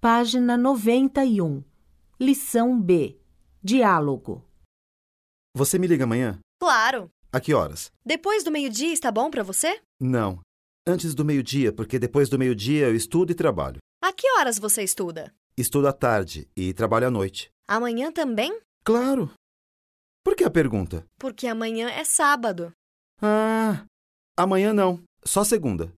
Página 91. Lição B. Diálogo. Você me liga amanhã? Claro! A que horas? Depois do meio-dia está bom pra você? Não. Antes do meio-dia, porque depois do meio-dia eu estudo e trabalho. A que horas você estuda? Estudo à tarde e trabalho à noite. Amanhã também? Claro! Por que a pergunta? Porque amanhã é sábado. Ah, amanhã não, só segunda.